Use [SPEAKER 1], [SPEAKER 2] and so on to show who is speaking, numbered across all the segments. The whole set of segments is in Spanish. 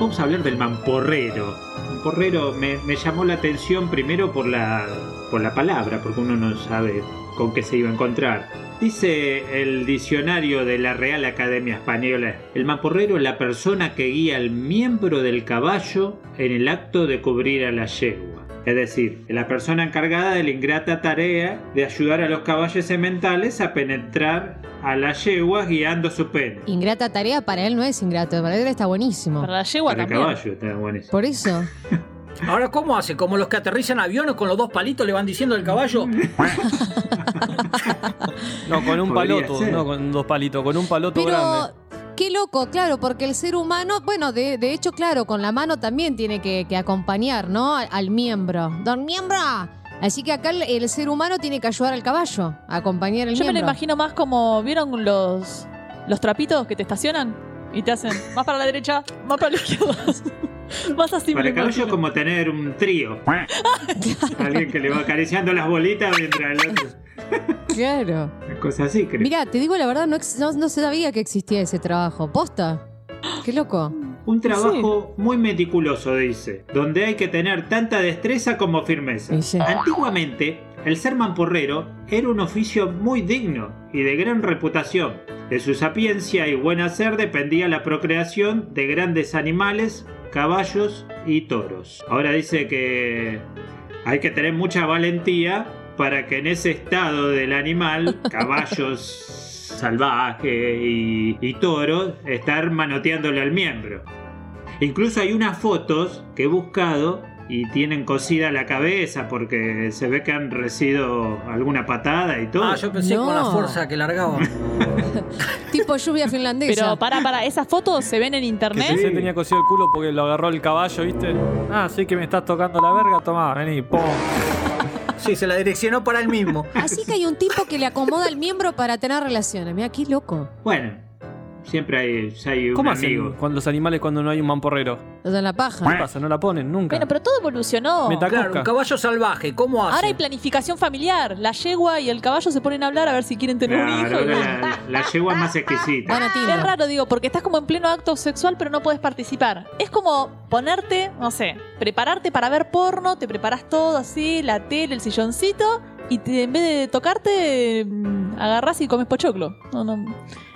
[SPEAKER 1] vamos a hablar del mamporrero. Mamporrero me, me llamó la atención primero por la, por la palabra, porque uno no sabe con qué se iba a encontrar. Dice el diccionario de la Real Academia Española, el mamporrero es la persona que guía al miembro del caballo en el acto de cubrir a la yegua. Es decir, la persona encargada de la ingrata tarea de ayudar a los caballos sementales a penetrar a la yegua guiando su pene.
[SPEAKER 2] Ingrata tarea para él no es ingrato, para él está buenísimo.
[SPEAKER 3] Para la yegua
[SPEAKER 1] Para el
[SPEAKER 3] también.
[SPEAKER 1] caballo está buenísimo.
[SPEAKER 2] Por eso.
[SPEAKER 4] Ahora, ¿cómo hace? Como los que aterrizan aviones con los dos palitos le van diciendo al caballo.
[SPEAKER 5] No, con un
[SPEAKER 1] Podría
[SPEAKER 5] paloto,
[SPEAKER 1] ser.
[SPEAKER 5] no con dos palitos, con un paloto
[SPEAKER 2] Pero
[SPEAKER 5] grande.
[SPEAKER 2] qué loco, claro, porque el ser humano, bueno, de, de hecho, claro, con la mano también tiene que, que acompañar, ¿no? Al, al miembro. ¡Don miembro! Así que acá el, el ser humano tiene que ayudar al caballo, a acompañar al
[SPEAKER 3] Yo me lo
[SPEAKER 2] miembro.
[SPEAKER 3] imagino más como, ¿vieron los, los trapitos que te estacionan? Y te hacen más para la derecha, más para la izquierda. más así Este me
[SPEAKER 1] Para
[SPEAKER 3] lo
[SPEAKER 1] el caballo es
[SPEAKER 3] imagino.
[SPEAKER 1] como tener un trío.
[SPEAKER 2] Ah,
[SPEAKER 1] Alguien que le va acariciando las bolitas mientras el otro.
[SPEAKER 2] Claro.
[SPEAKER 1] Una cosa así, creo.
[SPEAKER 2] Mira, te digo la verdad, no, ex- no, no sabía que existía ese trabajo. ¿Posta? Qué loco.
[SPEAKER 1] Un trabajo muy meticuloso, dice, donde hay que tener tanta destreza como firmeza.
[SPEAKER 2] Y sí.
[SPEAKER 1] Antiguamente, el ser mamporrero era un oficio muy digno y de gran reputación. De su sapiencia y buen hacer dependía la procreación de grandes animales, caballos y toros. Ahora dice que hay que tener mucha valentía para que en ese estado del animal, caballos salvajes y, y toros, estar manoteándole al miembro. Incluso hay unas fotos que he buscado y tienen cosida la cabeza porque se ve que han recido alguna patada y todo.
[SPEAKER 4] Ah, yo pensé
[SPEAKER 2] No.
[SPEAKER 4] con la fuerza que largaban.
[SPEAKER 2] Tipo lluvia finlandesa.
[SPEAKER 3] Pero para, para, esas fotos se ven en
[SPEAKER 5] Que
[SPEAKER 3] internet.
[SPEAKER 5] se- se tenía cosido el culo porque lo agarró el caballo, ¿viste? Ah, sí que me estás tocando la verga, tomá, vení, pum.
[SPEAKER 4] Sí, se la direccionó para él mismo.
[SPEAKER 2] Así que hay un tipo que le acomoda el miembro para tener relaciones. Mira, qué loco.
[SPEAKER 1] Bueno, siempre hay, hay un
[SPEAKER 5] ¿Cómo hacen
[SPEAKER 1] amigo.
[SPEAKER 5] con los animales cuando no hay un mamporrero?
[SPEAKER 2] O sea, en la
[SPEAKER 5] ¿Qué
[SPEAKER 2] paja.
[SPEAKER 5] pasa? ¿No la ponen nunca?
[SPEAKER 3] Bueno, pero todo evolucionó.
[SPEAKER 5] Me tacó.
[SPEAKER 4] Claro, un caballo salvaje, ¿cómo hace?
[SPEAKER 3] Ahora hay planificación familiar. La yegua y el caballo se ponen a hablar a ver si quieren tener un hijo.
[SPEAKER 1] Claro,
[SPEAKER 3] y bueno.
[SPEAKER 1] ahora la, la yegua es más exquisita.
[SPEAKER 2] Bueno,
[SPEAKER 3] Es
[SPEAKER 2] Tinder.
[SPEAKER 3] raro, digo, porque estás como en pleno acto sexual, pero no puedes participar. Es como ponerte, no sé, prepararte para ver porno, te preparas todo así, la tele, el silloncito, y te- en vez de tocarte, mm, agarrás y comes pochoclo. No, no.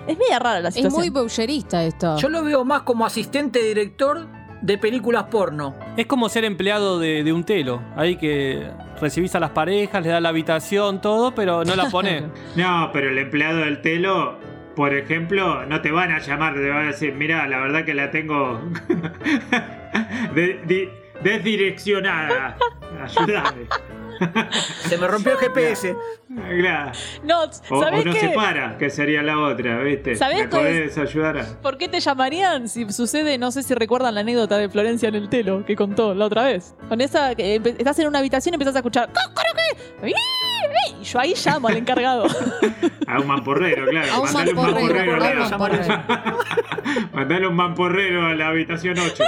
[SPEAKER 3] Es media rara la
[SPEAKER 2] Es
[SPEAKER 3] situación.
[SPEAKER 2] muy boucherista esto.
[SPEAKER 4] Yo lo veo más como asistente director de películas porno.
[SPEAKER 5] Es como ser empleado de, de un telo. Ahí que recibís a las parejas, le da la habitación, todo, pero no la pones.
[SPEAKER 1] No, pero el empleado del telo, por ejemplo, no te van a llamar, te van a decir, mira, la verdad que la tengo de- di- desdireccionada. Ayúdame.
[SPEAKER 4] Se me rompió el GPS.
[SPEAKER 1] Claro.
[SPEAKER 3] No,
[SPEAKER 1] O, o
[SPEAKER 3] ¿sabés
[SPEAKER 1] no se
[SPEAKER 3] qué?
[SPEAKER 1] para, que sería la otra, ¿viste?
[SPEAKER 3] ¿Sabés
[SPEAKER 1] ¿Me
[SPEAKER 3] cuál es?
[SPEAKER 1] podés ayudar? a-
[SPEAKER 3] ¿Por qué te llamarían si sucede, no sé si recuerdan la anécdota de Florencia en el telo que contó la otra vez? Con esa, que empe- estás en una habitación y empezás a escuchar "Cocoroque, ¡Ii, ii", y yo ahí llamo al encargado.
[SPEAKER 1] A un mamporrero, claro.
[SPEAKER 2] A un
[SPEAKER 1] Mandale un
[SPEAKER 2] mamporrero,
[SPEAKER 1] mamporrero,
[SPEAKER 2] a un
[SPEAKER 1] a la-
[SPEAKER 2] mamporrero.
[SPEAKER 1] Mandale un mamporrero a la habitación 8.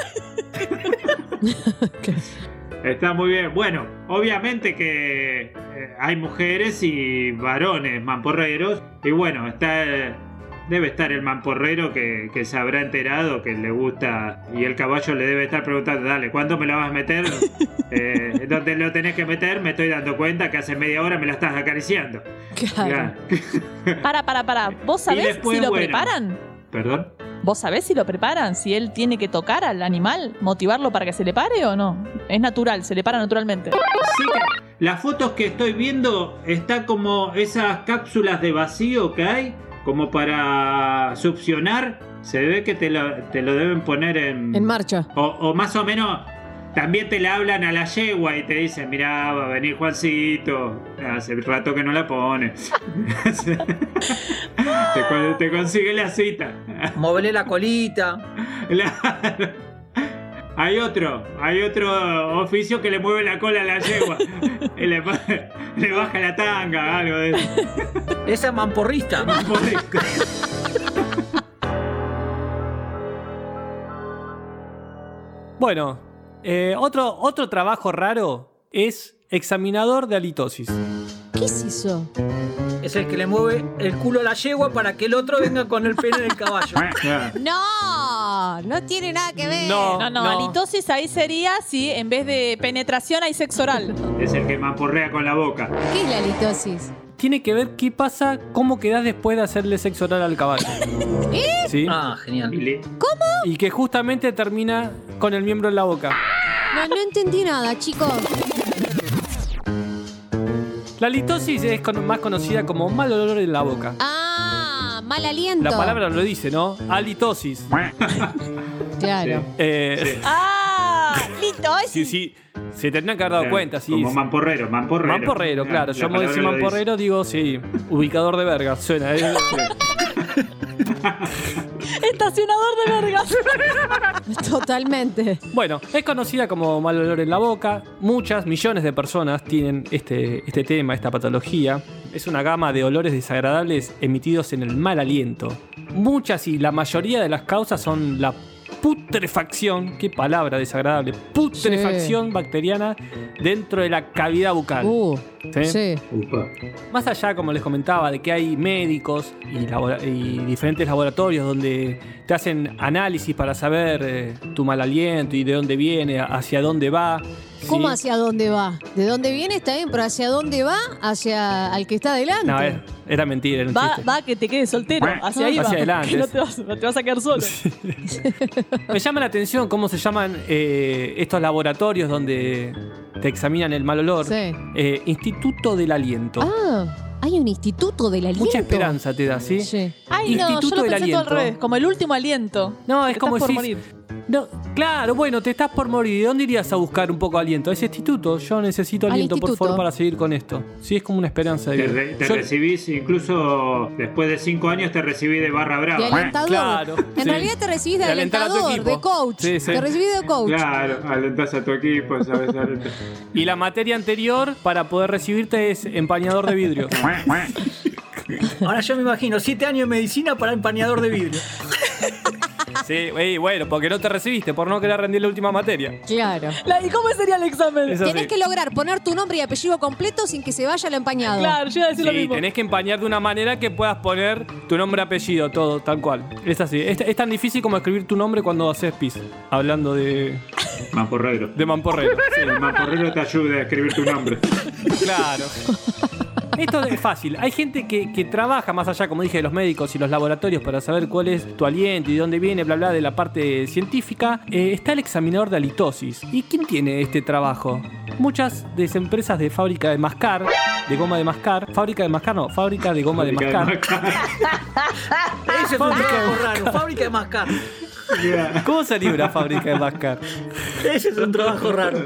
[SPEAKER 1] Está muy bien. Bueno, obviamente que eh, hay mujeres y varones mamporreros. Y bueno, está el- debe estar el mamporrero que, que se habrá enterado que le gusta. Y el caballo le debe estar preguntando, dale, ¿cuándo me la vas a meter? Eh, ¿Dónde lo tenés que meter? Me estoy dando cuenta que hace media hora me la estás acariciando.
[SPEAKER 2] Claro.
[SPEAKER 1] Ya.
[SPEAKER 3] para, para, para. ¿Vos
[SPEAKER 1] Y
[SPEAKER 3] sabés
[SPEAKER 1] después,
[SPEAKER 3] si lo
[SPEAKER 1] bueno.
[SPEAKER 3] preparan?
[SPEAKER 1] ¿Perdón?
[SPEAKER 3] ¿Vos sabés si lo preparan? Si él tiene que tocar al animal, motivarlo para que se le pare o no. Es natural, se le para naturalmente.
[SPEAKER 1] Sí, que- las fotos que estoy viendo está como esas cápsulas de vacío que hay, como para succionar. Se ve que te lo, te lo deben poner en.
[SPEAKER 2] En marcha.
[SPEAKER 1] o, o más o menos. También te la hablan a la yegua y te dicen, mirá, va a venir Juancito. Hace rato que no la pone. te, con- te consigue la cita.
[SPEAKER 4] Móvele la colita.
[SPEAKER 1] Claro. Hay otro, hay otro oficio que le mueve la cola a la yegua. Y le, pa- le baja la tanga, algo de eso.
[SPEAKER 4] Esa es mamporrista.
[SPEAKER 5] Bueno, eh, otro, otro trabajo raro es examinador de halitosis.
[SPEAKER 2] ¿Qué? ¿Qué es eso?
[SPEAKER 4] Es el que le mueve el culo a la yegua para que el otro venga con el pene en el caballo.
[SPEAKER 1] Claro.
[SPEAKER 2] No, no tiene nada que ver.
[SPEAKER 5] No.
[SPEAKER 3] No, no,
[SPEAKER 5] No.
[SPEAKER 3] halitosis ahí sería si en vez de penetración hay sexo oral.
[SPEAKER 1] Es el que mamporrea con la boca.
[SPEAKER 2] ¿Qué es la litosis?
[SPEAKER 5] Tiene que ver qué pasa, cómo quedás después de hacerle sexo oral al caballo. ¿Sí?
[SPEAKER 4] Ah,
[SPEAKER 1] Y
[SPEAKER 4] genial.
[SPEAKER 1] le-
[SPEAKER 5] Y que justamente termina con el miembro en la boca.
[SPEAKER 2] No, no entendí nada, chicos.
[SPEAKER 5] La litosis es con- más conocida como mal olor en la boca.
[SPEAKER 2] Ah, mal aliento.
[SPEAKER 5] La palabra lo dice, ¿no? Halitosis.
[SPEAKER 2] Claro.
[SPEAKER 5] Eh,
[SPEAKER 3] ¡Ah! ¡Litosis!
[SPEAKER 5] sí, sí. Se tendrían que haber dado
[SPEAKER 1] Claro,
[SPEAKER 5] cuenta, sí.
[SPEAKER 1] Eh, Como
[SPEAKER 5] sí.
[SPEAKER 1] mamporrero, mamporrero.
[SPEAKER 5] Mamporrero, claro.
[SPEAKER 1] La
[SPEAKER 5] Yo me
[SPEAKER 1] palabra
[SPEAKER 5] decir
[SPEAKER 1] lo dice.
[SPEAKER 5] mamporrero, digo sí. Ubicador de verga, suena. ¿eh?
[SPEAKER 3] Estacionador de vergas.
[SPEAKER 2] Totalmente.
[SPEAKER 5] Bueno, es conocida como mal olor en la boca. Muchas, millones de personas tienen este, este tema, esta patología. Es una gama de olores desagradables emitidos en el mal aliento. Muchas y la mayoría de las causas son la putrefacción, qué palabra desagradable, putrefacción bacteriana dentro de la cavidad bucal.
[SPEAKER 2] Uh,
[SPEAKER 5] ¿sí?
[SPEAKER 2] sí.
[SPEAKER 1] Upa.
[SPEAKER 5] Más allá, como les comentaba, de que hay médicos y, labo- y diferentes laboratorios donde te hacen análisis para saber eh, tu mal aliento y de dónde viene, hacia dónde va. ¿sí?
[SPEAKER 2] ¿Cómo hacia dónde va? ¿De dónde viene está bien? Pero ¿hacia dónde va? Hacia al que está adelante.
[SPEAKER 5] No, era, era mentira, era un
[SPEAKER 3] Va,
[SPEAKER 5] chiste.
[SPEAKER 3] va que te quedes soltero. Hacia ahí
[SPEAKER 5] Hacia
[SPEAKER 3] va.
[SPEAKER 5] adelante.
[SPEAKER 3] Que No te, vas, no te vas a quedar solo.
[SPEAKER 5] Me llama la atención cómo se llaman eh, estos laboratorios donde te examinan el mal olor.
[SPEAKER 2] Sí.
[SPEAKER 5] Eh, Instituto del Aliento.
[SPEAKER 2] Ah, hay un instituto del aliento.
[SPEAKER 5] Mucha esperanza te da, ¿sí?
[SPEAKER 2] Sí.
[SPEAKER 3] Ay, no, yo
[SPEAKER 5] Instituto
[SPEAKER 3] lo
[SPEAKER 5] del
[SPEAKER 3] pensé todo al
[SPEAKER 5] aliento.
[SPEAKER 3] revés. Como el último aliento.
[SPEAKER 5] No, es
[SPEAKER 3] Estás
[SPEAKER 5] como
[SPEAKER 3] por
[SPEAKER 5] decís,
[SPEAKER 3] morir.
[SPEAKER 5] No, claro, bueno, te estás por morir. ¿De dónde irías a buscar un poco de aliento? A ese instituto. Yo necesito
[SPEAKER 2] Al
[SPEAKER 5] aliento, por
[SPEAKER 2] instituto.
[SPEAKER 5] favor, para seguir con esto. Sí, es como una esperanza de
[SPEAKER 1] Te,
[SPEAKER 5] vida.
[SPEAKER 1] re- te
[SPEAKER 5] Yo-
[SPEAKER 1] recibís, incluso después de cinco años te recibí de barra
[SPEAKER 2] De
[SPEAKER 1] brava.
[SPEAKER 2] alentador.
[SPEAKER 5] Claro,
[SPEAKER 2] En
[SPEAKER 5] sí.
[SPEAKER 2] realidad te recibís de,
[SPEAKER 5] De alentar a tu
[SPEAKER 2] alentador,
[SPEAKER 5] equipo.
[SPEAKER 2] de coach.
[SPEAKER 5] Sí, sí.
[SPEAKER 2] Te recibís de coach.
[SPEAKER 1] Claro, alentás a tu equipo, sabes, alentás.
[SPEAKER 5] Y la materia anterior para poder recibirte es empañador de vidrio.
[SPEAKER 4] Ahora yo me imagino, siete años de medicina para empañador de vidrio.
[SPEAKER 5] sí, y bueno, porque no te recibiste, por no querer rendir la última materia.
[SPEAKER 2] Claro.
[SPEAKER 3] La- ¿Y cómo sería el examen?
[SPEAKER 5] Eso
[SPEAKER 2] Tenés
[SPEAKER 5] sí.
[SPEAKER 2] que lograr poner tu nombre y apellido completo sin que se vaya el empañado.
[SPEAKER 3] Claro, yo iba a decir lo
[SPEAKER 5] Sí,
[SPEAKER 3] mismo.
[SPEAKER 5] tenés que empañar de una manera que puedas poner tu nombre, apellido, todo, tal cual. Es así. Es, es tan difícil como escribir tu nombre cuando haces pis. Hablando de,
[SPEAKER 1] Mamporrero.
[SPEAKER 5] de mamporrero. Sí.
[SPEAKER 1] El mamporrero te ayuda a escribir tu nombre.
[SPEAKER 5] Claro. Esto es fácil. Hay gente que, que trabaja más allá, como dije, de los médicos y los laboratorios para saber cuál es tu aliento y de dónde viene, bla, bla, de la parte científica. Eh, está el examinador de halitosis. ¿Y quién tiene este trabajo? Muchas de esas empresas de fábrica de mascar, de goma de mascar, fábrica de mascar, no, fábrica de goma de mascar.
[SPEAKER 4] Eso es un trabajo raro. Fábrica de mascar.
[SPEAKER 1] Ya.
[SPEAKER 5] ¿Cómo se libra fábrica de mascar?
[SPEAKER 4] Ese es un trabajo raro.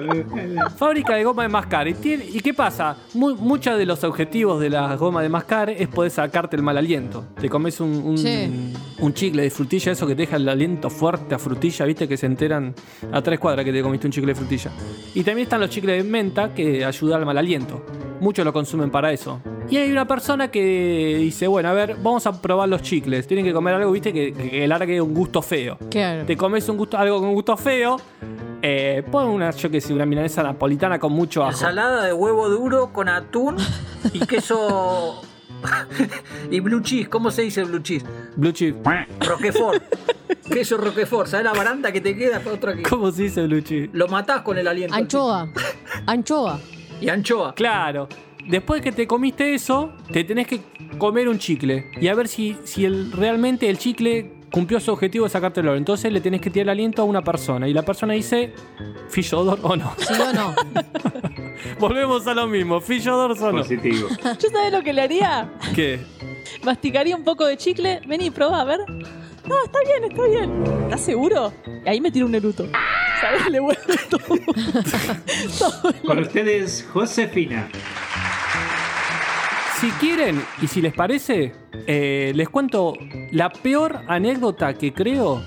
[SPEAKER 5] Fábrica de goma de mascar. ¿Y, tiene- y qué pasa? Mu- Muchos de los objetivos de las gomas de mascar es poder sacarte el mal aliento. Te comes un, un-
[SPEAKER 2] Sí.
[SPEAKER 5] un chicle de frutilla, eso que te deja el aliento fuerte a frutilla, viste que se enteran a tres cuadras que te comiste un chicle de frutilla. Y también están los chicles de menta que ayudan al mal aliento. Muchos lo consumen para eso. Y hay una persona que dice, bueno, a ver, vamos a probar los chicles. Tienen que comer algo, viste, que, que largue un gusto feo
[SPEAKER 2] Claro.
[SPEAKER 5] te comes un gusto, algo con gusto feo, eh, pon una, yo qué sé, una milanesa napolitana con mucho ajo.
[SPEAKER 4] Ensalada de huevo duro con atún y queso. y blue cheese. ¿Cómo se dice blue cheese?
[SPEAKER 5] Blue chip.
[SPEAKER 4] Roquefort. queso Roquefort. ¿Sabes la baranda que te queda para otro aquí?
[SPEAKER 5] ¿Cómo se dice blue chip?
[SPEAKER 4] Lo matás con el aliento.
[SPEAKER 2] Anchoa. Anchoa.
[SPEAKER 4] Y anchoa.
[SPEAKER 5] Claro. Después que te comiste eso, te tenés que comer un chicle y a ver si, si el- realmente el chicle cumplió su objetivo de sacarte el oro. Entonces le tenés que tirar el aliento a una persona y la persona dice Fillodor o no.
[SPEAKER 2] Si no, no.
[SPEAKER 5] Volvemos a lo mismo, Fillodor o no.
[SPEAKER 1] Positivo.
[SPEAKER 3] ¿Yo sabés lo que le haría?
[SPEAKER 5] ¿Qué?
[SPEAKER 3] Masticaría un poco de chicle. Vení, probá, a ver. No, está bien, está bien. ¿Estás seguro? Y ahí me tiro un eruto. ¿Sabes? Le vuelvo todo. todo el-
[SPEAKER 1] Con ustedes, Josefina.
[SPEAKER 5] Si quieren y si les parece, eh, les cuento la peor anécdota que creo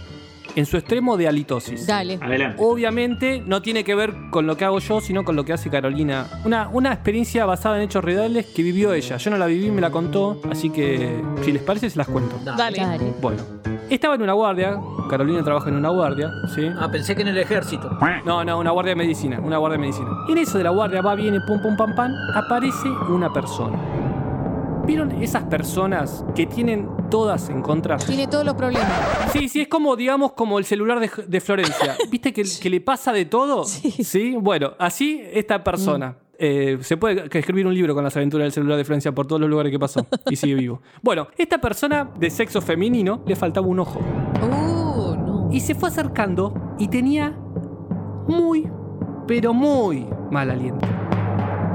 [SPEAKER 5] en su extremo de halitosis.
[SPEAKER 2] Dale.
[SPEAKER 1] Adelante.
[SPEAKER 5] Obviamente no tiene que ver con lo que hago yo, sino con lo que hace Carolina. Una, una experiencia basada en hechos reales que vivió ella. Yo no la viví, me la contó, así que si les parece se las cuento.
[SPEAKER 4] Da.
[SPEAKER 3] Dale.
[SPEAKER 2] Dale.
[SPEAKER 5] Bueno, Estaba en una guardia, Carolina trabaja en una guardia, ¿sí?
[SPEAKER 4] Ah, pensé que en el ejército.
[SPEAKER 5] No, no, una guardia de medicina, una guardia de medicina. En eso de la guardia va, viene, pum, pum, pam, pam, aparece una persona. ¿Vieron esas personas que tienen todas en contra?
[SPEAKER 2] Tiene todos los problemas.
[SPEAKER 5] Sí, sí, es como, digamos, como el celular de, de Florencia. ¿Viste que, que le pasa de todo? Sí. Bueno, así esta persona. Eh, se puede que- escribir un libro con las aventuras del celular de Florencia por todos los lugares que pasó y sigue vivo. Bueno, esta persona de sexo femenino le faltaba un ojo.
[SPEAKER 2] Uh, no.
[SPEAKER 5] Y se fue acercando y tenía muy, pero muy mal aliento.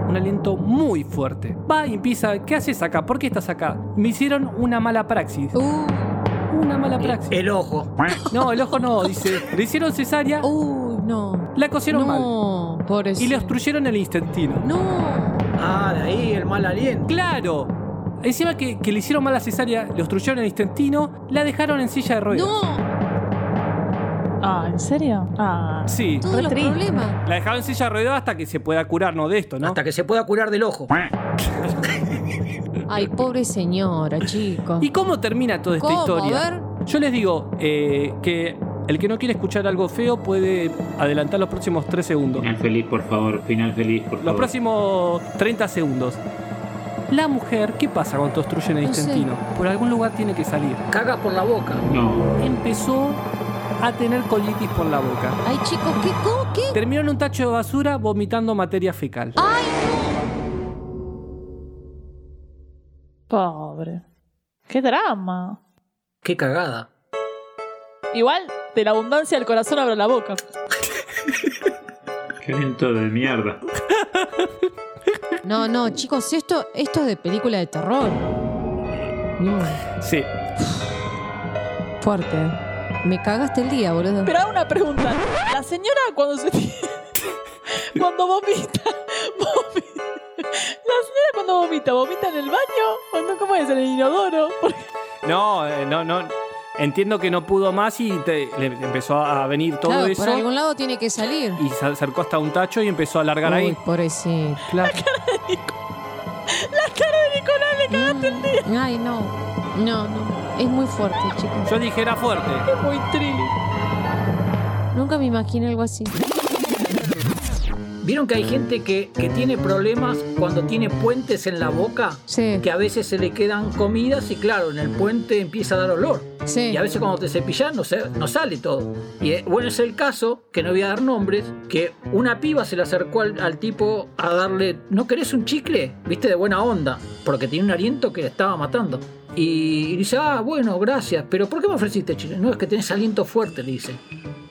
[SPEAKER 5] Un aliento muy fuerte. Va y empieza, ¿qué haces acá? ¿Por qué estás acá? Me hicieron una mala praxis.
[SPEAKER 2] Uh,
[SPEAKER 5] Una mala praxis.
[SPEAKER 4] El ojo.
[SPEAKER 5] No, el ojo no, dice. Le hicieron cesárea,
[SPEAKER 2] uh, no.
[SPEAKER 5] la cosieron mal.
[SPEAKER 2] No, pobrecito.
[SPEAKER 5] Y le obstruyeron el intestino.
[SPEAKER 2] No.
[SPEAKER 4] Ah, de ahí el mal aliento.
[SPEAKER 5] ¡Claro! Encima que, que le hicieron mala cesárea, le obstruyeron el intestino, la dejaron en silla de ruedas.
[SPEAKER 2] No.
[SPEAKER 3] Ah, ¿en serio? Ah.
[SPEAKER 5] Sí.
[SPEAKER 2] Todos
[SPEAKER 3] Re
[SPEAKER 2] los
[SPEAKER 3] triste.
[SPEAKER 2] problemas.
[SPEAKER 5] La dejaron en silla de ruedas hasta que se pueda curar, ¿no? De esto, ¿no?
[SPEAKER 4] Hasta que se pueda curar del ojo.
[SPEAKER 2] Ay, pobre señora, chico.
[SPEAKER 5] ¿Y cómo termina toda esta
[SPEAKER 2] ¿Cómo?
[SPEAKER 5] historia?
[SPEAKER 2] A ver.
[SPEAKER 5] Yo les digo eh, que el que no quiere escuchar algo feo puede adelantar los próximos 3 segundos.
[SPEAKER 1] Final feliz, por favor. Final feliz, por
[SPEAKER 5] Los
[SPEAKER 1] favor.
[SPEAKER 5] próximos 30 segundos. La mujer, ¿qué pasa cuando obstruyen el
[SPEAKER 2] No sé.
[SPEAKER 5] intestino? Por algún lugar tiene que salir.
[SPEAKER 4] Caga por la boca.
[SPEAKER 1] No.
[SPEAKER 5] Empezó a tener colitis por la boca.
[SPEAKER 2] Ay, chicos, ¿qué? ¿Cómo? ¿Qué?
[SPEAKER 5] Terminó en un tacho de basura vomitando materia fecal.
[SPEAKER 3] Pobre. Qué drama.
[SPEAKER 4] Qué cagada.
[SPEAKER 3] Igual, de la abundancia del corazón abro la boca.
[SPEAKER 1] Qué aliento de mierda.
[SPEAKER 2] No, no, chicos, esto, esto es de película de terror. No,
[SPEAKER 5] Sí.
[SPEAKER 2] fuerte. Me cagaste el día, boludo.
[SPEAKER 3] Pero hago una pregunta. La señora cuando se cuando vomita, vomita. La señora cuando vomita, vomita en el baño, ¿O no? ¿cómo es? En el inodoro. Porque
[SPEAKER 5] No, eh, no, no. Entiendo que no pudo más y te- le empezó a venir todo
[SPEAKER 2] claro,
[SPEAKER 5] eso.
[SPEAKER 2] por algún lado tiene que salir.
[SPEAKER 5] Y se acercó hasta un tacho y empezó a largar
[SPEAKER 2] Uy,
[SPEAKER 5] ahí.
[SPEAKER 2] pobrecito.
[SPEAKER 5] Claro.
[SPEAKER 3] Nicolás le
[SPEAKER 2] Mm, Ay, no. No, no. Es muy fuerte, chicos.
[SPEAKER 5] Yo dije era fuerte.
[SPEAKER 3] cae muy trilly.
[SPEAKER 2] Nunca me imaginé algo así.
[SPEAKER 4] ¿Vieron que hay gente que, que tiene problemas cuando tiene puentes en la boca?
[SPEAKER 2] Sí,
[SPEAKER 4] Que a veces se le quedan comidas y claro, en el puente empieza a dar olor.
[SPEAKER 2] sí.
[SPEAKER 4] Y a veces cuando te cepillas no, se- no sale todo. Y eh, bueno, es el caso, que no voy a dar nombres, que una piba se le acercó al, al tipo a darle, ¿no querés un chicle? Viste, de buena onda, porque tenía un aliento que le estaba matando. Y dice, ah, bueno, gracias, pero ¿por qué me ofreciste chicle? No, es que tenés aliento fuerte, le dice.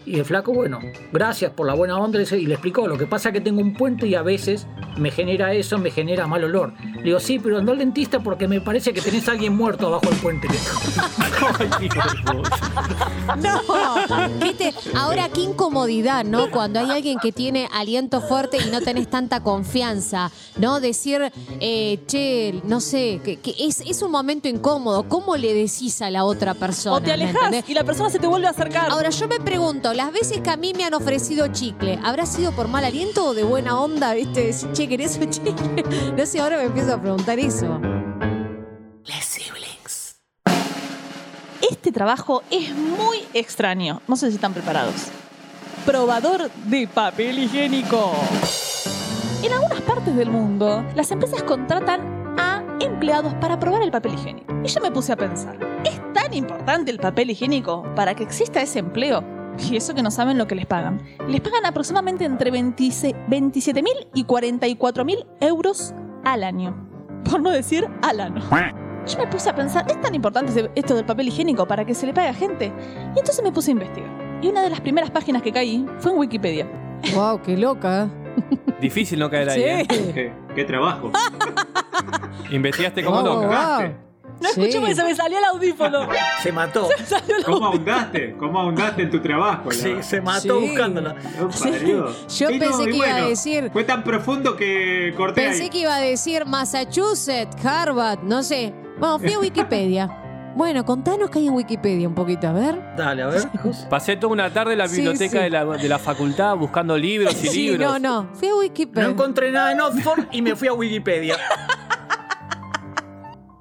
[SPEAKER 4] Y el flaco, bueno, gracias por la buena onda, le dice, y le explicó, lo que pasa es que tengo un puente y a veces me genera eso, me genera mal olor. Le digo, sí, pero anda al dentista porque me parece que tenés a alguien muerto abajo del puente. le dijo.
[SPEAKER 5] Ay, hijo de puta.
[SPEAKER 2] No. Viste, ahora qué incomodidad, ¿no? Cuando hay alguien que tiene aliento fuerte y no tenés tanta confianza, ¿no? Decir, eh, che, no sé, que, que es, es un momento incómodo. ¿Cómo le decís a la otra persona?
[SPEAKER 3] O te
[SPEAKER 2] ¿me
[SPEAKER 3] alejas
[SPEAKER 2] entendés?
[SPEAKER 3] y la persona se te vuelve a acercar.
[SPEAKER 2] Ahora yo me pregunto, las veces que a mí me han ofrecido chicle, ¿habrá sido por mal aliento o de buena onda, viste? Decir, che, ¿querés un chicle? No sé, ahora me empiezo a preguntar eso.
[SPEAKER 3] Este trabajo es muy extraño. No sé si están preparados. Probador de papel higiénico. En algunas partes del mundo, las empresas contratan a empleados para probar el papel higiénico. Y yo me puse a pensar, ¿es tan importante el papel higiénico para que exista ese empleo? Y eso que no saben lo que les pagan. Les pagan aproximadamente entre 27 mil y 44 mil euros al año. Por no decir al año. Yo me puse a pensar, ¿es tan importante ese- esto del papel higiénico para que se le pague a gente? Y entonces me puse a investigar. Y una de las primeras páginas que caí fue en Wikipedia.
[SPEAKER 2] Wow, qué loca.
[SPEAKER 5] Difícil no caer ahí. ¿eh?
[SPEAKER 1] Qué, qué trabajo.
[SPEAKER 2] Ah,
[SPEAKER 5] Investigaste como
[SPEAKER 2] Wow,
[SPEAKER 5] loca.
[SPEAKER 1] ahondaste?
[SPEAKER 2] Sí. Ah,
[SPEAKER 3] No escuché porque se me salió el audífono.
[SPEAKER 4] Se mató.
[SPEAKER 3] Salió el
[SPEAKER 1] ¿Cómo ahondaste? ¿Cómo ahondaste en tu trabajo? la
[SPEAKER 4] Sí,
[SPEAKER 1] verdad?
[SPEAKER 4] se mató
[SPEAKER 2] Sí.
[SPEAKER 4] buscándola.
[SPEAKER 1] Oh,
[SPEAKER 2] Sí.
[SPEAKER 1] parió.
[SPEAKER 2] Yo
[SPEAKER 1] Y no,
[SPEAKER 2] pensé
[SPEAKER 1] y
[SPEAKER 2] que iba a
[SPEAKER 1] bueno,
[SPEAKER 2] decir-
[SPEAKER 1] Fue tan profundo que corté
[SPEAKER 2] Pensé
[SPEAKER 1] ahí.
[SPEAKER 2] que iba a decir Massachusetts, Harvard, no sé. Bueno, fui a Wikipedia. Bueno, contanos qué hay en Wikipedia un poquito, a ver.
[SPEAKER 4] Dale, a ver. Jos.
[SPEAKER 5] Pasé toda una tarde en la
[SPEAKER 2] Sí,
[SPEAKER 5] biblioteca
[SPEAKER 2] sí.
[SPEAKER 5] De, la, de la facultad buscando libros y
[SPEAKER 2] Sí,
[SPEAKER 5] libros.
[SPEAKER 2] no, no. Fui a
[SPEAKER 4] No
[SPEAKER 2] Wikipedia.
[SPEAKER 4] encontré nada en Oxford y me fui a Wikipedia.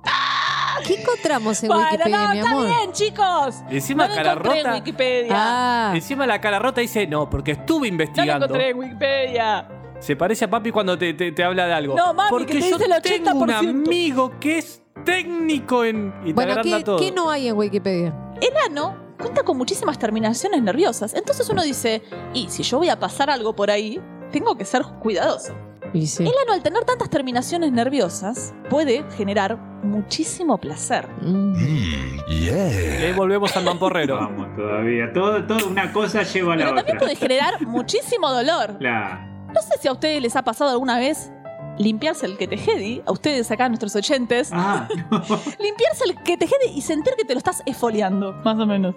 [SPEAKER 2] Ah, ¿Qué encontramos en
[SPEAKER 3] Bueno,
[SPEAKER 2] Wikipedia,
[SPEAKER 3] no,
[SPEAKER 2] mi
[SPEAKER 3] está
[SPEAKER 2] amor.
[SPEAKER 3] bien, chicos.
[SPEAKER 5] Encima
[SPEAKER 3] no lo
[SPEAKER 5] cara
[SPEAKER 3] encontré en
[SPEAKER 5] rota.
[SPEAKER 3] Wikipedia.
[SPEAKER 2] Ah,
[SPEAKER 5] Encima la cara rota dice, no, porque estuve
[SPEAKER 3] no lo
[SPEAKER 5] investigando.
[SPEAKER 3] encontré en Wikipedia.
[SPEAKER 5] Se parece a papi cuando te, te- te habla de algo.
[SPEAKER 3] No, mami,
[SPEAKER 5] porque
[SPEAKER 3] que te
[SPEAKER 5] yo
[SPEAKER 3] dice el
[SPEAKER 5] tengo un
[SPEAKER 3] 80%.
[SPEAKER 5] amigo que es técnico en... Y te
[SPEAKER 2] bueno,
[SPEAKER 5] agranda
[SPEAKER 2] ¿qué,
[SPEAKER 5] todo.
[SPEAKER 2] qué no hay en Wikipedia?
[SPEAKER 3] plano cuenta con muchísimas terminaciones nerviosas. Entonces uno dice, y si yo voy a pasar algo por ahí, tengo que ser cuidadoso.
[SPEAKER 2] Y sí.
[SPEAKER 3] El ano, al tener tantas terminaciones nerviosas, puede generar muchísimo placer.
[SPEAKER 2] Mm.
[SPEAKER 6] Mm, yeah.
[SPEAKER 5] Y ahí volvemos al mamporrero.
[SPEAKER 1] Vamos todavía. Todo, todo una cosa lleva a la
[SPEAKER 3] Pero
[SPEAKER 1] otra.
[SPEAKER 3] también puede generar muchísimo dolor.
[SPEAKER 1] Claro.
[SPEAKER 3] No sé si a ustedes les ha pasado alguna vez limpiarse el quetejedi, a ustedes acá, nuestros oyentes,
[SPEAKER 1] Ah, no.
[SPEAKER 3] limpiarse el quetejedi y sentir que te lo estás esfoliando, más o menos.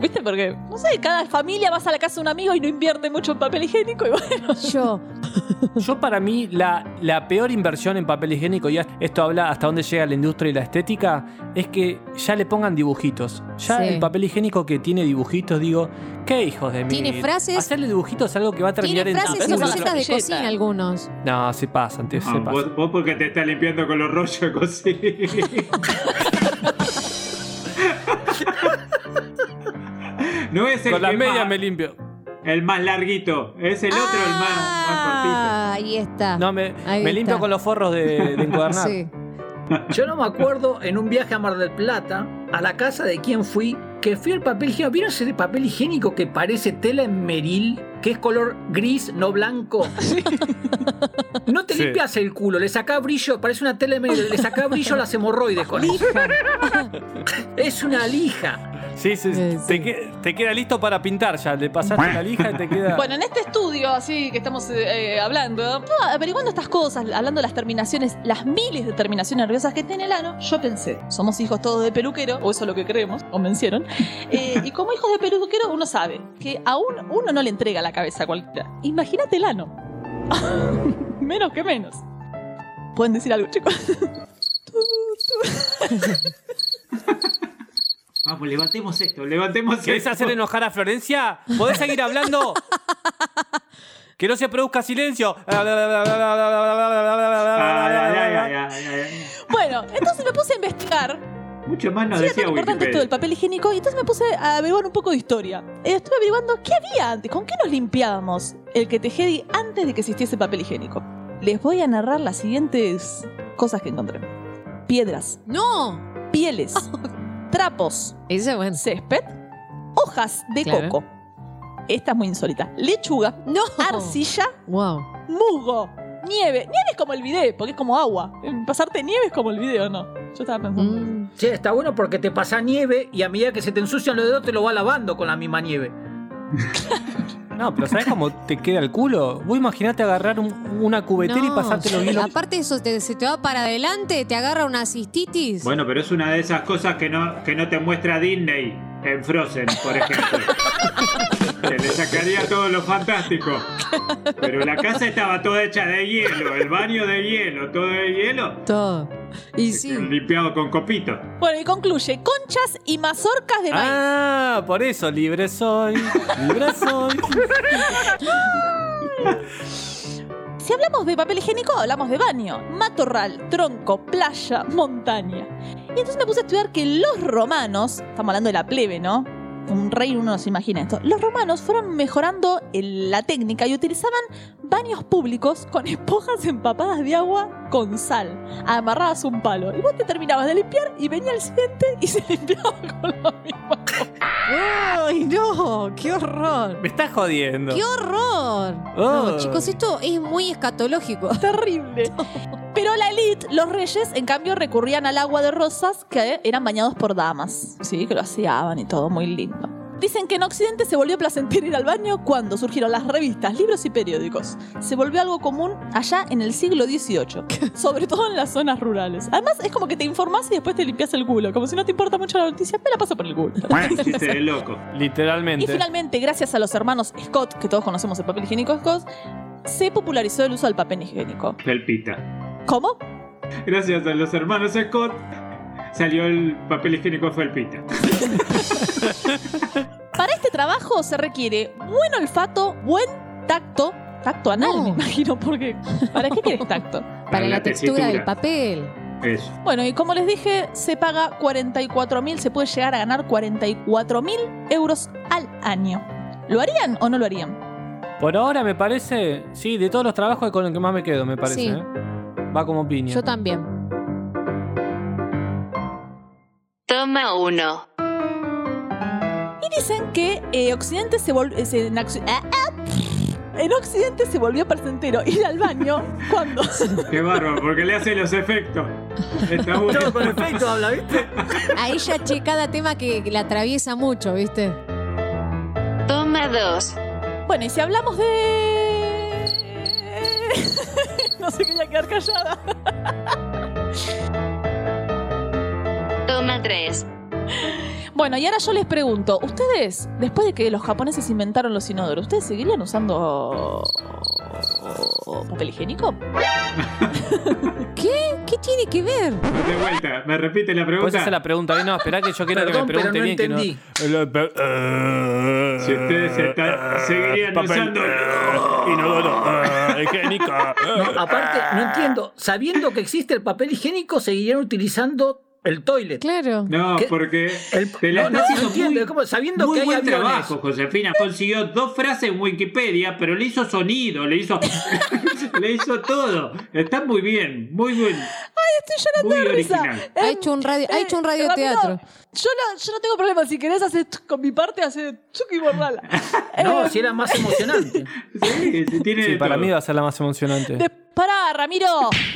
[SPEAKER 3] ¿Viste? Porque, no sé, cada familia vas a la casa de un amigo y no invierte mucho en papel higiénico y
[SPEAKER 2] Yo,
[SPEAKER 5] Yo para mí la, la peor inversión en papel higiénico, y esto habla hasta dónde llega la industria y la estética, es que ya le pongan dibujitos. Ya
[SPEAKER 2] Sí.
[SPEAKER 5] el papel higiénico que tiene dibujitos, digo, qué hijos de mí.
[SPEAKER 2] Tiene frases-
[SPEAKER 5] Hacerle dibujitos es algo que va a terminar
[SPEAKER 2] tiene
[SPEAKER 5] en...
[SPEAKER 2] frases y
[SPEAKER 3] una
[SPEAKER 2] recetas de
[SPEAKER 3] servilleta.
[SPEAKER 2] cocina algunos.
[SPEAKER 5] No, se pasan, tío, se
[SPEAKER 1] Ah,
[SPEAKER 5] pasan.
[SPEAKER 1] vos, vos porque te estás limpiando con los rollos de cocina. no es el
[SPEAKER 5] Con las
[SPEAKER 1] que
[SPEAKER 5] medias
[SPEAKER 1] más-
[SPEAKER 5] me limpio.
[SPEAKER 1] el más larguito. Es el otro el más, más
[SPEAKER 2] Ah, ahí está.
[SPEAKER 5] No, me,
[SPEAKER 2] Ahí
[SPEAKER 5] me
[SPEAKER 2] está.
[SPEAKER 5] limpio con los forros de, de encuadernar.
[SPEAKER 2] Sí.
[SPEAKER 4] Yo no me acuerdo en un viaje a Mar del Plata, a la casa de quien fui, que fui al papel higiénico. ¿Vieron ese papel higiénico que parece tela en meril? Que es color gris, no blanco. No te
[SPEAKER 5] Sí.
[SPEAKER 4] limpias el culo, le saca brillo, parece una tela en meril, le saca brillo a las hemorroides con eso. Es una lija.
[SPEAKER 5] Sí, sí, sí.
[SPEAKER 2] Eh,
[SPEAKER 5] Te,
[SPEAKER 2] sí.
[SPEAKER 5] que- te queda listo para pintar ya. Le pasaste la lija y te queda.
[SPEAKER 3] Bueno, en este estudio, así que estamos eh, eh, hablando, no, averiguando estas cosas, hablando de las terminaciones, las miles de terminaciones nerviosas que tiene el ano, yo pensé, somos hijos todos de peluquero, o eso es lo que creemos, convencieron. eh, y como hijos de peluquero, uno sabe que aún uno no le entrega la cabeza a cualquiera. Imagínate el ano. menos que menos. Pueden decir algo, chicos.
[SPEAKER 1] cortito. Vamos, levantemos esto, levantemos
[SPEAKER 5] ¿Querés
[SPEAKER 1] esto.
[SPEAKER 5] hacer enojar a Florencia? ¿Podés seguir hablando? Que no se produzca silencio.
[SPEAKER 1] Ah, Ay, ay, ay, ay, ay, ay, ay.
[SPEAKER 3] Bueno, entonces me puse a investigar
[SPEAKER 1] Mucho más nos
[SPEAKER 3] Sí, era
[SPEAKER 1] decía
[SPEAKER 3] tan importante esto
[SPEAKER 1] Wikipedia.
[SPEAKER 3] del papel higiénico y entonces me puse a averiguar un poco de historia. Eh, Estuve averiguando qué había antes, con qué nos limpiábamos el que tejedi antes de que existiese papel higiénico. Les voy a narrar las siguientes cosas que encontré. Piedras,
[SPEAKER 2] No,
[SPEAKER 3] pieles, trapos,
[SPEAKER 2] ese bueno.
[SPEAKER 3] césped, hojas de
[SPEAKER 2] Claro. Oh.
[SPEAKER 3] coco. Esta es muy insólita. Lechuga,
[SPEAKER 2] No.
[SPEAKER 3] arcilla,
[SPEAKER 2] Wow.
[SPEAKER 3] musgo, nieve. Nieve es como el video, porque es como agua. Pasarte nieve es como el video, ¿no? Yo estaba pensando. eso.
[SPEAKER 2] Mm.
[SPEAKER 4] Che, está bueno porque te pasa nieve y a medida que se te ensucian los dedos te lo va lavando con la misma nieve.
[SPEAKER 5] No, pero ¿sabés cómo te queda el culo? Vos imaginate agarrar un- una cubetera y
[SPEAKER 2] No,
[SPEAKER 5] pasarte los
[SPEAKER 2] sí.
[SPEAKER 5] hilos.
[SPEAKER 2] Aparte eso te- se te va para adelante, te agarra una cistitis.
[SPEAKER 1] Bueno, pero es una de esas cosas que no, que no te muestra Disney en Frozen, por ejemplo. que le sacaría todo lo fantástico. Pero la casa estaba toda hecha de hielo, el baño de hielo, todo de hielo.
[SPEAKER 2] Todo. Y sí.
[SPEAKER 1] Limpiado con copito.
[SPEAKER 3] Bueno, y concluye, conchas y mazorcas de maíz.
[SPEAKER 5] Ah, por eso, libre soy. Libre soy.
[SPEAKER 3] Si hablamos de papel higiénico, hablamos de baño, matorral, tronco, playa, montaña. Y entonces me puse a estudiar que los romanos, estamos hablando de la plebe, ¿no? Un rey uno no se imagina esto. Los romanos fueron mejorando el- la técnica y utilizaban baños públicos con esponjas empapadas de agua con sal, amarradas a un palo. Y vos te terminabas de limpiar y venía el siguiente y se limpiaba con lo mismo.
[SPEAKER 2] ¡Ay, no! ¡Qué horror!
[SPEAKER 5] Me estás jodiendo.
[SPEAKER 2] ¡Qué horror!
[SPEAKER 5] Oh.
[SPEAKER 2] No, chicos, esto es muy escatológico.
[SPEAKER 3] Terrible. Pero la elite, los reyes, en cambio, recurrían al agua de rosas que eran bañados por damas. Sí, que lo hacían y todo muy lindo. Dicen que en Occidente se volvió placentero ir al baño cuando surgieron las revistas, libros y periódicos. Se volvió algo común allá en el siglo XVIII, sobre todo en las zonas rurales. Además, es como que te informás y después te limpias el culo. Como si no te importa mucho la noticia, me la paso por el culo.
[SPEAKER 1] Chiste de loco.
[SPEAKER 3] Y
[SPEAKER 5] Literalmente.
[SPEAKER 3] finalmente, gracias a los hermanos Scott, que todos conocemos el papel higiénico Scott, se popularizó el uso del papel higiénico.
[SPEAKER 1] Felpita.
[SPEAKER 3] ¿Cómo?
[SPEAKER 1] Gracias a los hermanos Scott salió el papel higiénico Felpita.
[SPEAKER 3] Para este trabajo se requiere buen olfato, buen tacto, tacto anal,
[SPEAKER 2] No.
[SPEAKER 3] me imagino, porque ¿para qué quieres tacto?
[SPEAKER 2] Para la textura del papel.
[SPEAKER 1] Eso.
[SPEAKER 3] Bueno, y como les dije, se paga 44.000, se puede llegar a ganar 44.000 euros al año. ¿Lo harían o no lo harían?
[SPEAKER 5] Por ahora me parece, sí, de todos los trabajos es con el que más me quedo, me parece.
[SPEAKER 2] Sí.
[SPEAKER 5] ¿eh? Va como piña.
[SPEAKER 2] Yo también.
[SPEAKER 6] Toma uno.
[SPEAKER 3] Y dicen que eh, Occidente se volvió... en, Occ- ah, ah, en Occidente se volvió placentero ir al baño cuando...
[SPEAKER 1] Qué bárbaro, porque le hace los efectos. Está bueno.
[SPEAKER 4] Todo con efecto habla, ¿viste?
[SPEAKER 2] A ella, che, cada tema que la atraviesa mucho, ¿viste?
[SPEAKER 6] Toma dos.
[SPEAKER 3] Bueno, y si hablamos de... no se quería quedar callada.
[SPEAKER 6] Toma tres.
[SPEAKER 3] Bueno, y ahora yo les pregunto, ustedes, después de que los japoneses inventaron los inodoros, ¿ustedes seguirían usando papel higiénico?
[SPEAKER 2] ¿Qué? ¿Qué tiene que ver?
[SPEAKER 1] De vuelta, me repite la
[SPEAKER 5] Puedes
[SPEAKER 1] pregunta.
[SPEAKER 5] hacer la pregunta. Eh, No, esperá que yo quiero que me
[SPEAKER 4] Perdón,
[SPEAKER 5] pregunte
[SPEAKER 4] pero no
[SPEAKER 5] bien. que no-
[SPEAKER 4] entendí.
[SPEAKER 5] El, pe- eh,
[SPEAKER 1] Si ustedes están- seguirían usando-
[SPEAKER 5] eh, inodoro, eh, higiénica, eh.
[SPEAKER 4] No, aparte, no entiendo. Sabiendo que existe el papel higiénico, seguirían utilizando el toilet.
[SPEAKER 2] Claro.
[SPEAKER 1] No,
[SPEAKER 4] ¿Qué?
[SPEAKER 1] porque
[SPEAKER 4] El-
[SPEAKER 1] te la
[SPEAKER 4] no,
[SPEAKER 1] está
[SPEAKER 4] no,
[SPEAKER 1] haciendo
[SPEAKER 4] no entiendo,
[SPEAKER 1] muy-
[SPEAKER 4] ¿cómo? Sabiendo
[SPEAKER 1] muy
[SPEAKER 4] que hay
[SPEAKER 1] buen
[SPEAKER 4] aviones.
[SPEAKER 1] trabajo, Josefina. Consiguió dos frases en Wikipedia, pero le hizo sonido, le hizo, le hizo todo. Está muy bien, muy buen,
[SPEAKER 3] Estoy llorando
[SPEAKER 1] muy
[SPEAKER 3] de risa.
[SPEAKER 1] original.
[SPEAKER 2] Ha
[SPEAKER 3] Eh,
[SPEAKER 2] hecho un radio, ha
[SPEAKER 3] eh,
[SPEAKER 2] hecho un
[SPEAKER 3] amigo,
[SPEAKER 2] radioteatro.
[SPEAKER 3] Yo no, yo no tengo problema, si querés hacer tsk, con mi parte, hacer chuc y borrala.
[SPEAKER 4] No,
[SPEAKER 3] Eh,
[SPEAKER 4] si era más emocionante.
[SPEAKER 1] Sí, sí, tiene
[SPEAKER 5] Sí,
[SPEAKER 1] de
[SPEAKER 5] para
[SPEAKER 1] todo.
[SPEAKER 5] mí va a ser la más emocionante.
[SPEAKER 3] de- pará, Ramiro,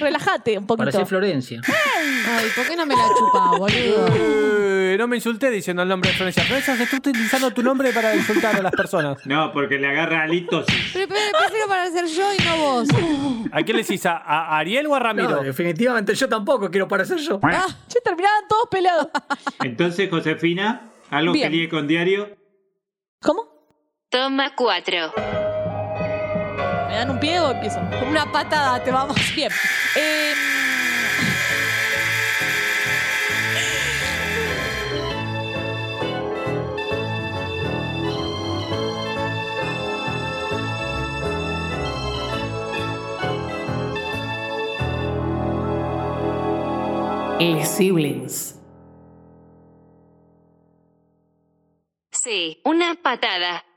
[SPEAKER 3] relájate un poquito.
[SPEAKER 4] Parecía Florencia.
[SPEAKER 2] Ay, ¿por qué no me la chupaba, boludo?
[SPEAKER 5] Eh, no me insulté diciendo el nombre de Florencia. Florencia, se está utilizando tu nombre para insultar a las personas.
[SPEAKER 1] No, porque le agarra alitos.
[SPEAKER 2] Pero, pero prefiero para ser yo y no vos.
[SPEAKER 5] ¿A quién le decís? ¿A, a Ariel o a Ramiro?
[SPEAKER 4] No, definitivamente yo tampoco quiero parecer yo.
[SPEAKER 3] Che, terminaban todos peleados.
[SPEAKER 1] Entonces, Josefina, algo
[SPEAKER 3] Bien.
[SPEAKER 1] que lié con diario.
[SPEAKER 3] ¿Cómo?
[SPEAKER 6] Toma cuatro.
[SPEAKER 3] ¿Me dan un pie o empiezo?
[SPEAKER 2] Con Una patada te vamos.
[SPEAKER 3] Bien. Eh,
[SPEAKER 7] Les siblings.
[SPEAKER 6] Sí, una patada.